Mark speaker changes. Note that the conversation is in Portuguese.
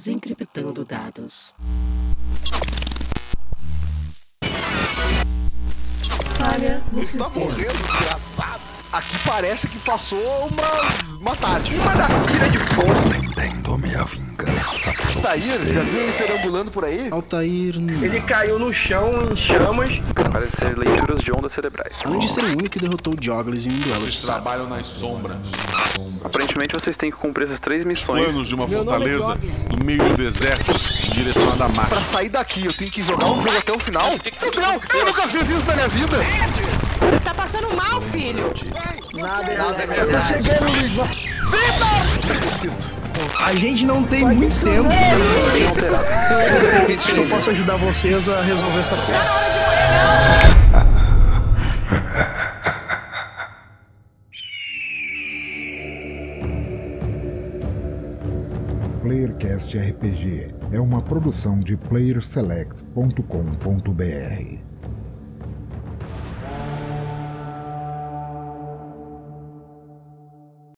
Speaker 1: Desencriptando dados. Falha no sistema.
Speaker 2: desgraçado? Aqui parece que passou uma. uma tarde. Uma tira de força.
Speaker 3: Tendo minha vingança.
Speaker 2: Altair, já viu ele perambulando por aí?
Speaker 4: Altair, não.
Speaker 5: Ele caiu no chão em chamas.
Speaker 6: Parecem ser leituras de ondas cerebrais.
Speaker 4: Além de ser o único que derrotou o Diógenes em um duelo de sábado.
Speaker 7: Trabalham nas sombras.
Speaker 6: Aparentemente vocês têm que cumprir essas três missões.
Speaker 7: Planos de uma fortaleza no meio do deserto, em direção à
Speaker 2: Pra
Speaker 7: Damasco.
Speaker 2: sair daqui, eu tenho que jogar um jogo até o final? Fudeu, eu nunca fiz isso na minha vida.
Speaker 8: um Você tá passando mal, filho.
Speaker 2: é
Speaker 9: A gente não tem muito tempo. Eu posso ajudar vocês a resolver essa coisa.
Speaker 3: PlayerCast RPG é uma produção de playerselect.com.br.